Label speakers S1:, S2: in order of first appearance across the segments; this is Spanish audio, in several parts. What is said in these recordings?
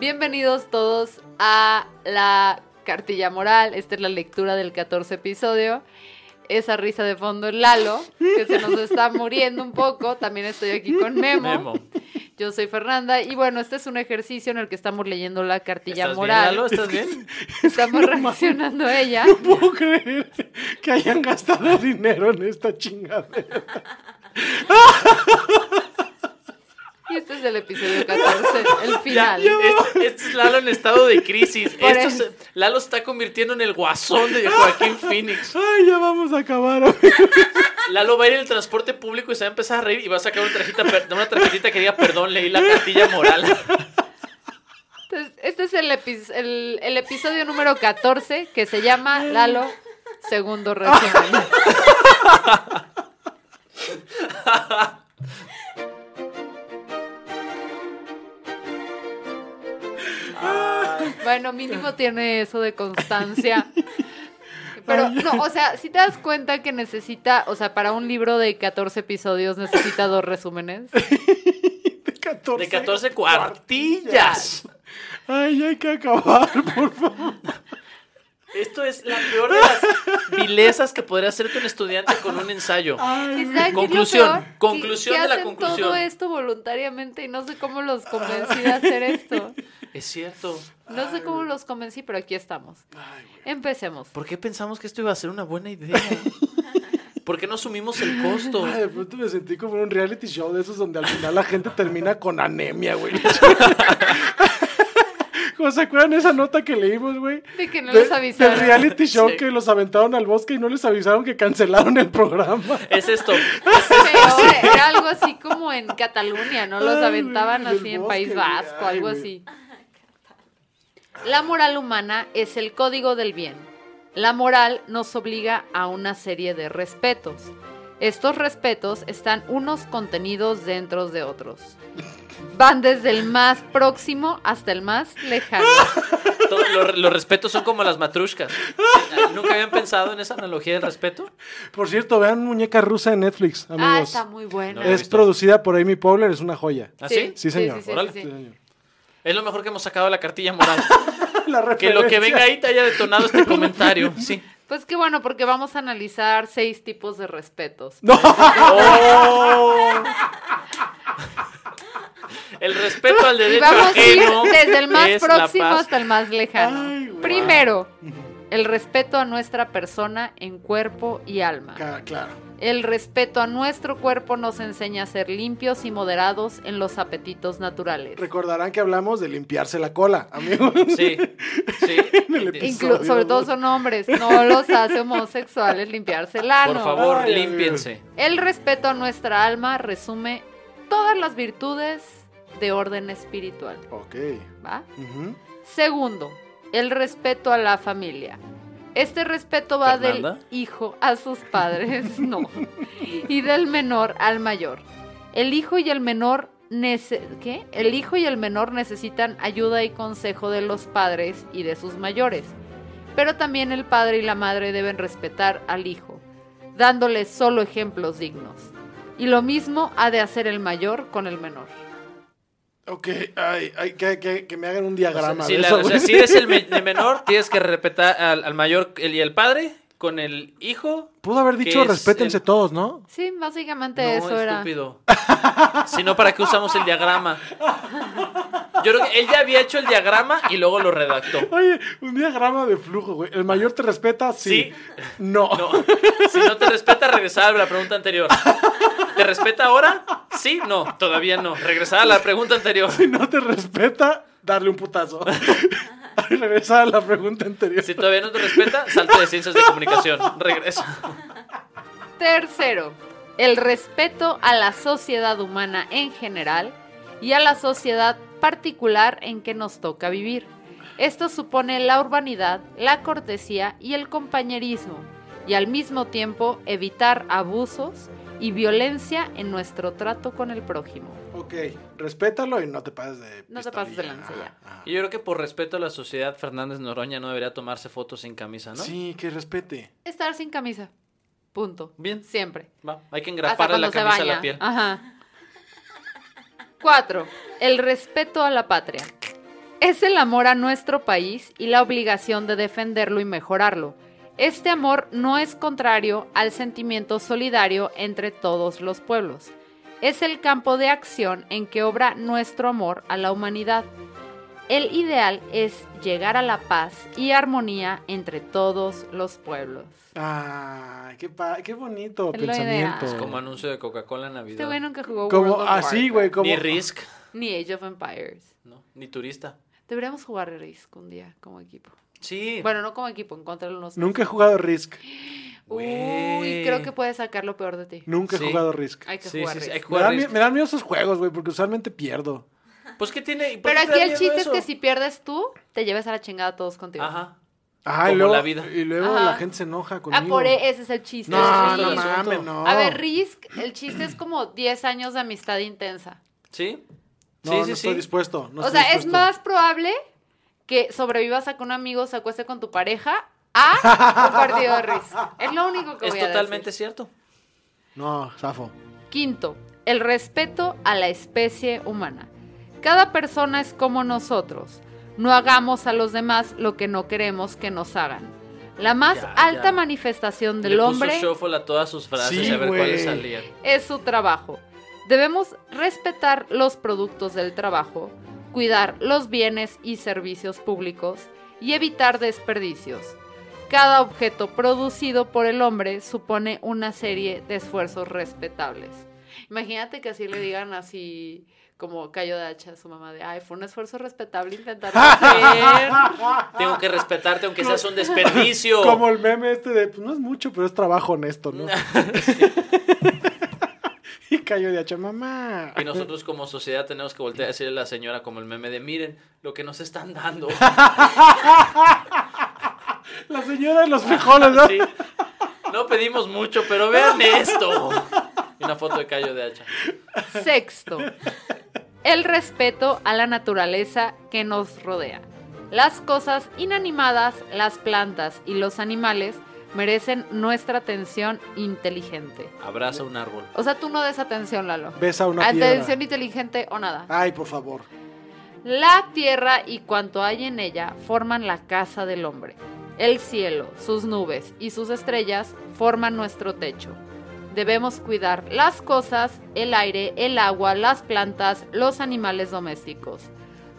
S1: Bienvenidos todos a la cartilla moral. Esta es la lectura del 14 episodio. Esa risa de fondo es Lalo, que se nos está muriendo un poco. También estoy aquí con Memo.
S2: Memo.
S1: Yo soy Fernanda. Y bueno, este es un ejercicio en el que estamos leyendo la cartilla
S2: ¿Estás bien,
S1: moral.
S2: Lalo? ¿Estás bien?
S1: Estamos reaccionando a ella.
S3: No puedo creer que hayan gastado dinero en esta chingadera.
S1: Y este es el episodio 14, el final.
S2: Este, este es Lalo en estado de crisis.
S1: Por
S2: Esto
S1: eso.
S2: se- Lalo se está convirtiendo en el guasón de Joaquín Phoenix.
S3: Ay, ya vamos a acabar.
S2: Lalo va a ir en el transporte público y se va a empezar a reír y va a sacar una tarjeta, per- una tarjetita que diga, perdón, leí la cartilla moral.
S1: Entonces, este es el, epi- el- el episodio número 14 que se llama Lalo Segundo Resumen. Bueno, mínimo tiene eso de constancia. Pero no, o sea, si te das cuenta que necesita, o sea, para un libro de 14 episodios necesita dos resúmenes.
S3: De 14.
S2: De 14 cuartillas.
S3: Ay, hay que acabar, por favor.
S2: Esto es la peor de las vilezas que podría hacerte un estudiante con un ensayo.
S1: Exacto,
S2: Conclusión,
S1: y lo peor, que-
S2: conclusión
S1: que
S2: de la
S1: hacen
S2: conclusión.
S1: todo esto voluntariamente y no sé cómo los convencí de hacer esto.
S2: Es cierto.
S1: No sé cómo los convencí, pero aquí estamos. Empecemos.
S2: ¿Por qué pensamos que esto iba a ser una buena idea? ¿Por qué no asumimos el costo?
S3: Ay, de pronto me sentí como en un reality show de esos donde al final la gente termina con anemia, güey. ¿Cómo se acuerdan esa nota que leímos, güey?
S1: De que no
S3: De-
S1: les avisaron.
S3: Del reality show
S2: Sí.
S3: que los aventaron al bosque y no les avisaron que cancelaron el programa.
S2: Es esto.
S1: Pero era algo así como en Cataluña, ¿no? Los
S3: Ay,
S1: aventaban
S3: güey, en el
S1: así en
S3: bosque,
S1: País
S3: güey.
S1: Vasco,
S3: Ay,
S1: algo
S3: güey.
S1: así. La moral humana es el código del bien. La moral nos obliga a una serie de respetos. Estos respetos están unos contenidos dentro de otros. Van desde el más próximo hasta el más lejano.
S2: Todo- lo- los respetos son como las matrushkas. ¿Nunca habían pensado en esa analogía del respeto?
S3: Por cierto, vean Muñeca Rusa en Netflix, amigos.
S1: Ah, está muy buena.
S2: No.
S3: Es producida por Amy Powler, es una joya.
S2: ¿Ah, sí?
S3: Sí, señor.
S2: Órale.
S1: sí.
S3: Sí, señor.
S2: Es lo mejor que hemos sacado de la cartilla moral.
S3: La
S2: Que lo que
S3: referencia.
S2: venga ahí te haya detonado este comentario. Sí.
S1: Pues qué bueno, porque vamos a analizar seis tipos de respetos.
S3: No,
S2: ¡oh! El respeto al
S1: Y
S2: derecho
S1: vamos a ir
S2: ajeno
S1: desde el más
S2: es la
S1: próximo
S2: paz.
S1: hasta el más lejano.
S3: Ay, güey.
S1: Primero, el respeto a nuestra persona en cuerpo y alma.
S3: Ca- claro.
S1: El respeto a nuestro cuerpo nos enseña a ser limpios y moderados en los apetitos naturales.
S3: Recordarán que hablamos de limpiarse la cola, amigos.
S2: Sí, sí.
S3: el
S2: Enti-
S1: Inclu-
S3: Eso,
S1: sobre
S3: Dios.
S1: todo son hombres, no los hace homosexuales limpiarse el ano.
S2: Por favor,
S3: Ay,
S2: límpiense.
S1: El respeto a nuestra alma resume todas las virtudes de orden espiritual.
S3: Ok.
S1: ¿Va?
S3: Ujú.
S1: Segundo, el respeto a la familia. Este respeto va
S2: ¿Fernanda?
S1: del hijo a sus padres, no, y del menor al mayor. El hijo y el menor nece- ¿qué? El hijo y el menor necesitan ayuda y consejo de los padres y de sus mayores. Pero también el padre y la madre deben respetar al hijo, dándole solo ejemplos dignos. Y lo mismo ha de hacer el mayor con el menor.
S3: Ok, ay, ay, que, que- que me hagan un
S2: O sea,
S3: diagrama.
S2: si,
S3: de
S2: la-
S3: eso,
S2: o sea,
S3: güey.
S2: si eres el, me- el menor, tienes que respetar al, al mayor el- y el padre con el hijo.
S3: Pudo haber dicho
S2: que es
S3: respétense
S2: el-
S3: todos, ¿no?
S1: Sí, básicamente
S2: No,
S1: eso era.
S2: estúpido. Si no, ¿para qué usamos el diagrama? Yo creo que él ya había hecho el diagrama y luego lo redactó.
S3: Oye, un diagrama de flujo, güey. ¿El mayor te respeta? Sí.
S2: Sí.
S3: No.
S2: No. Si no te respeta, regresar a la pregunta anterior. ¿Te respeta ahora? Sí, no, todavía no. Regresar a la pregunta anterior.
S3: Si no te respeta, darle un putazo. Ay, Regresar a la pregunta anterior.
S2: Si todavía no te respeta, salte de ciencias de comunicación. Regresa.
S1: Tercero, el respeto a la sociedad humana en general y a la sociedad particular en que nos toca vivir. Esto supone la urbanidad, la cortesía y el compañerismo, y al mismo tiempo evitar abusos y violencia en nuestro trato con el prójimo.
S3: Ok, respétalo y no te pases de.
S1: No te pases de
S3: pistolilla.
S1: lanza ya.
S3: Ajá, ajá.
S2: Y yo creo que por respeto a la sociedad, Fernández Noroña no debería tomarse fotos sin camisa, ¿no?
S3: Sí, que respete.
S1: Estar sin camisa. Punto.
S2: Bien.
S1: Siempre.
S2: Va, hay
S1: Hasta
S2: que engraparle la
S1: cuando se
S2: camisa
S1: baña. Ah.
S2: a la piel.
S1: Ajá. Cuatro, el respeto a la patria. Es el amor a nuestro país y la obligación de defenderlo y mejorarlo. Este amor no es contrario al sentimiento solidario entre todos los pueblos. Es el campo de acción en que obra nuestro amor a la humanidad. El ideal es llegar a la paz y armonía entre todos los pueblos.
S3: Ay, qué, pa- qué bonito
S1: Es lo
S3: pensamiento.
S1: ideal. Es
S2: Como anuncio de Coca-Cola en Navidad.
S1: Este güey nunca jugó
S3: Como
S1: World of
S3: así,
S1: Warcraft.
S3: güey, como.
S2: Ni Risk,
S1: Ni Age of Empires.
S2: ¿no? Ni turista.
S1: Deberíamos jugar Risk un día como equipo.
S2: Sí.
S1: Bueno, no como equipo, en contra de los...
S3: Nunca he jugado Risk.
S1: Uy,
S2: Güey.
S1: creo que puedes sacar lo peor de ti.
S3: Nunca he
S2: Sí.
S3: jugado Risk.
S1: Hay que
S2: Sí,
S1: jugar
S2: sí, sí,
S1: Risk.
S2: hay que
S3: Me
S2: jugar
S3: dan, mi-
S2: Risk.
S3: me dan miedo esos juegos, güey, porque usualmente pierdo.
S2: Pues ¿qué tiene? ¿Por
S1: Pero
S2: qué te
S1: aquí
S2: da
S1: el
S2: miedo
S1: chiste es
S2: eso?
S1: que si pierdes tú, te lleves a la chingada a todos contigo.
S2: Ajá.
S3: Ajá, y
S2: Como
S3: luego,
S2: la vida.
S3: Y luego
S1: Ajá.
S3: la gente se enoja
S1: Ah,
S3: conmigo.
S1: por e- ese es el chiste.
S3: No,
S1: de
S3: no
S1: Risk.
S3: mames, no.
S1: A ver, Risk, el chiste es como 10 años de amistad intensa.
S2: ¿Sí?
S3: No,
S2: sí,
S3: no
S2: sí,
S3: estoy
S2: sí.
S3: dispuesto. no
S1: o
S3: estoy
S1: sea, es
S3: dispuesto.
S1: más probable que sobrevivas a que un amigo se acueste con tu pareja a un partido de Risk. Es lo único que
S2: Es
S1: voy a
S2: totalmente
S1: decir.
S2: cierto.
S3: No, zafo.
S1: Quinto, el respeto a la especie humana. Cada persona es como nosotros. No hagamos a los demás lo que no queremos que nos hagan. La más
S2: Ya,
S1: alta
S2: ya.
S1: manifestación del
S2: Le
S1: hombre
S2: puso shuffle a todas sus frases
S3: Sí,
S2: a ver cuáles
S3: güey.
S2: salían.
S1: es su trabajo. Debemos respetar los productos del trabajo, cuidar los bienes y servicios públicos y evitar desperdicios. Cada objeto producido por el hombre supone una serie de esfuerzos respetables. Imagínate que así le digan así como cayó de hacha a su mamá de, ay, fue un esfuerzo respetable intentar hacer.
S2: Tengo que respetarte aunque seas un desperdicio.
S3: Como el meme este de, pues no es mucho, pero es trabajo honesto, ¿no? y cayó de hacha, mamá.
S2: Y nosotros como sociedad tenemos que voltear a decirle a la señora como el meme de miren lo que nos están dando.
S3: La señora de los frijoles, ¿no?
S2: Sí. No pedimos mucho, pero vean esto. Y una foto de Cayo de Hacha.
S1: Sexto, el respeto a la naturaleza que nos rodea. Las cosas inanimadas, las plantas y los animales merecen nuestra atención inteligente.
S2: Abraza un árbol.
S1: O sea, tú no des atención, Lalo.
S3: Besa una
S1: atención
S3: piedra.
S1: inteligente o nada.
S3: Ay, por favor.
S1: La tierra y cuanto hay en ella forman la casa del hombre. El cielo, sus nubes y sus estrellas forman nuestro techo. Debemos cuidar las cosas, el aire, el agua, las plantas, los animales domésticos.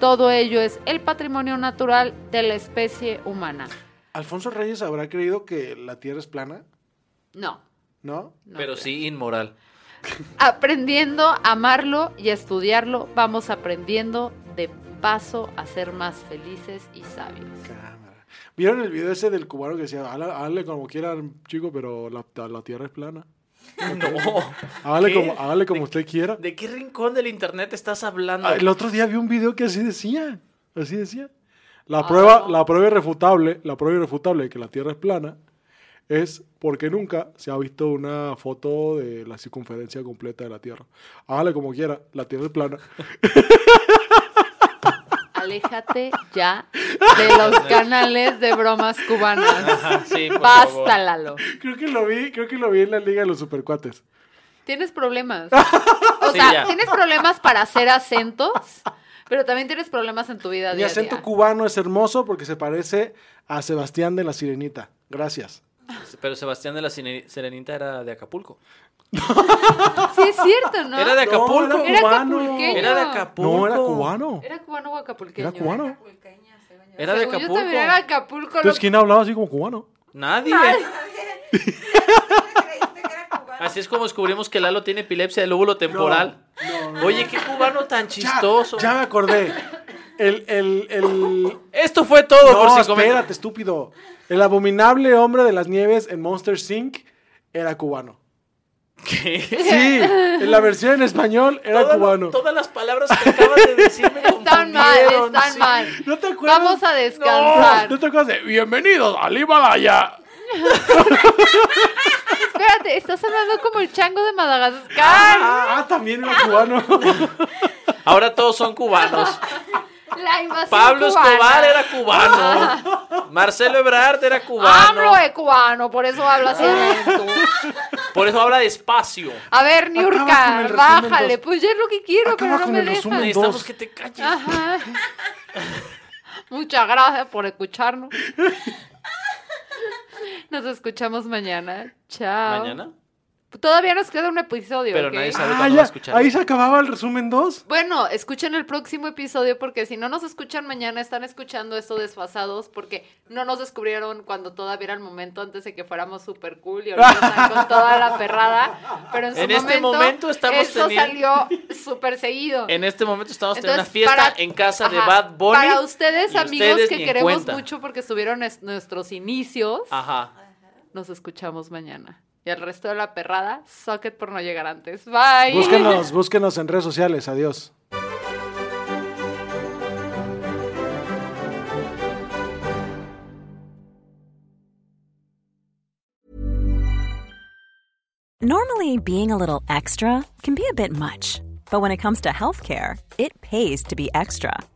S1: Todo ello es el patrimonio natural de la especie humana.
S3: Alfonso Reyes habrá creído que la tierra es plana,
S1: No.
S3: ¿no?
S1: no
S2: pero
S1: creo.
S2: sí inmoral.
S1: Aprendiendo a amarlo y a estudiarlo, vamos aprendiendo de paso a ser más felices y sabios.
S3: Cámara. ¿Vieron el video ese del cubano que decía, "Hala- hágale como quieran, chico, pero la, la tierra es plana?
S2: No.
S3: Hágale
S2: ¿Qué?
S3: como, hágale como usted quiera.
S2: ¿De qué rincón del internet estás hablando?
S3: Ah, El otro día vi un video que así decía. Así decía.
S2: Ah,
S3: La prueba, la prueba irrefutable, la prueba irrefutable de que la Tierra es plana es porque nunca se ha visto una foto de la circunferencia completa de la Tierra. Hágale como quiera, la Tierra es plana.
S1: Aléjate ya de los canales de bromas cubanas.
S2: Ajá, sí, por favor.
S1: Basta, Lalo.
S3: Creo que lo vi, creo que lo vi en la Liga de los Supercuates.
S1: Tienes problemas. O
S2: Sí,
S1: sea,
S2: ya.
S1: tienes problemas para hacer acentos, pero también tienes problemas en tu vida
S3: Mi
S1: diaria.
S3: acento cubano es hermoso porque se parece a Sebastián de la Sirenita. Gracias.
S2: Pero Sebastián de la Sine- Serenita era de Acapulco.
S1: Sí, es cierto, ¿no?
S2: Era de Acapulco.
S3: No,
S1: Era
S3: era cubano.
S1: acapulqueño.
S2: Era de Acapulco.
S3: No, era cubano.
S1: Era cubano o acapulqueño. eh.
S3: Era cubano.
S2: Era de
S1: Según
S2: Acapulco.
S1: Yo también era Acapulco.
S3: Entonces, ¿quién hablaba así como cubano?
S2: Nadie. Así es como descubrimos que Lalo tiene epilepsia del lóbulo temporal. Oye, qué cubano tan
S3: Ya,
S2: chistoso.
S3: Ya, me acordé. El, el, el,
S2: Esto fue todo por
S3: No,
S2: si
S3: espérate, estúpido. El abominable hombre de las nieves en Monster Inc. era cubano.
S2: ¿Qué?
S3: Sí, en la versión en español era
S2: Todo lo-
S3: cubano.
S2: Todas las palabras que acabas de decir me
S1: Están mal,
S2: confundieron,
S1: están
S2: sí.
S1: mal.
S3: ¿No te acuerdas?
S1: Vamos a
S3: No,
S1: descansar.
S3: ¿No te acuerdas de Bienvenidos al Himalaya?
S1: Espérate, estás hablando como el chango de Madagascar.
S3: Ah, ah, también era cubano.
S2: Ahora todos son cubanos.
S1: La invasión
S2: Pablo
S1: cubana.
S2: Escobar era cubano. Marcelo Ebrard era cubano.
S1: AMLO es cubano, por eso habla así lento. e-
S2: Por eso habla despacio.
S1: A ver,
S3: Ah. Acaba con el
S1: Niurka,
S3: resumen
S1: bájale.
S3: dos.
S1: Pues ya es lo que quiero,
S3: Acaba
S1: pero no
S3: con
S1: me
S3: el resumen
S1: dejan.
S3: dos.
S2: Necesitamos que te calles.
S1: Ajá. Muchas gracias por escucharnos. Nos escuchamos mañana. Chao.
S2: Mañana.
S1: Todavía nos queda un episodio.
S2: Pero
S1: ¿ok?
S2: nadie sabe
S3: Ah,
S2: cuándo va a
S3: ya,
S2: escuchar.
S3: ahí se acababa el resumen 2.
S1: Bueno, escuchen el próximo episodio porque si no nos escuchan mañana, están escuchando esto desfasados porque no nos descubrieron cuando todavía era el momento antes de que fuéramos super cool y ahorita están con toda la perrada. Pero en su
S2: En
S1: momento,
S2: este momento estamos
S1: esto
S2: teniendo-
S1: salió súper seguido.
S2: En este momento estamos teniendo una
S1: Entonces,
S2: fiesta
S1: para-
S2: en casa de
S1: ajá,
S2: Bad Bunny.
S1: Para ustedes,
S2: y
S1: amigos,
S2: ustedes
S1: que
S2: ni en
S1: queremos
S2: cuenta. Ah.
S1: mucho porque estuvieron es- nuestros inicios,
S2: Ajá.
S1: nos escuchamos mañana. Y al resto de la perrada, socket por no llegar antes. Bye.
S3: Búsquenos, búsquenos en redes sociales. Adiós.
S4: Normally, being a little extra can be a bit much, but when it comes to healthcare, it pays to be extra.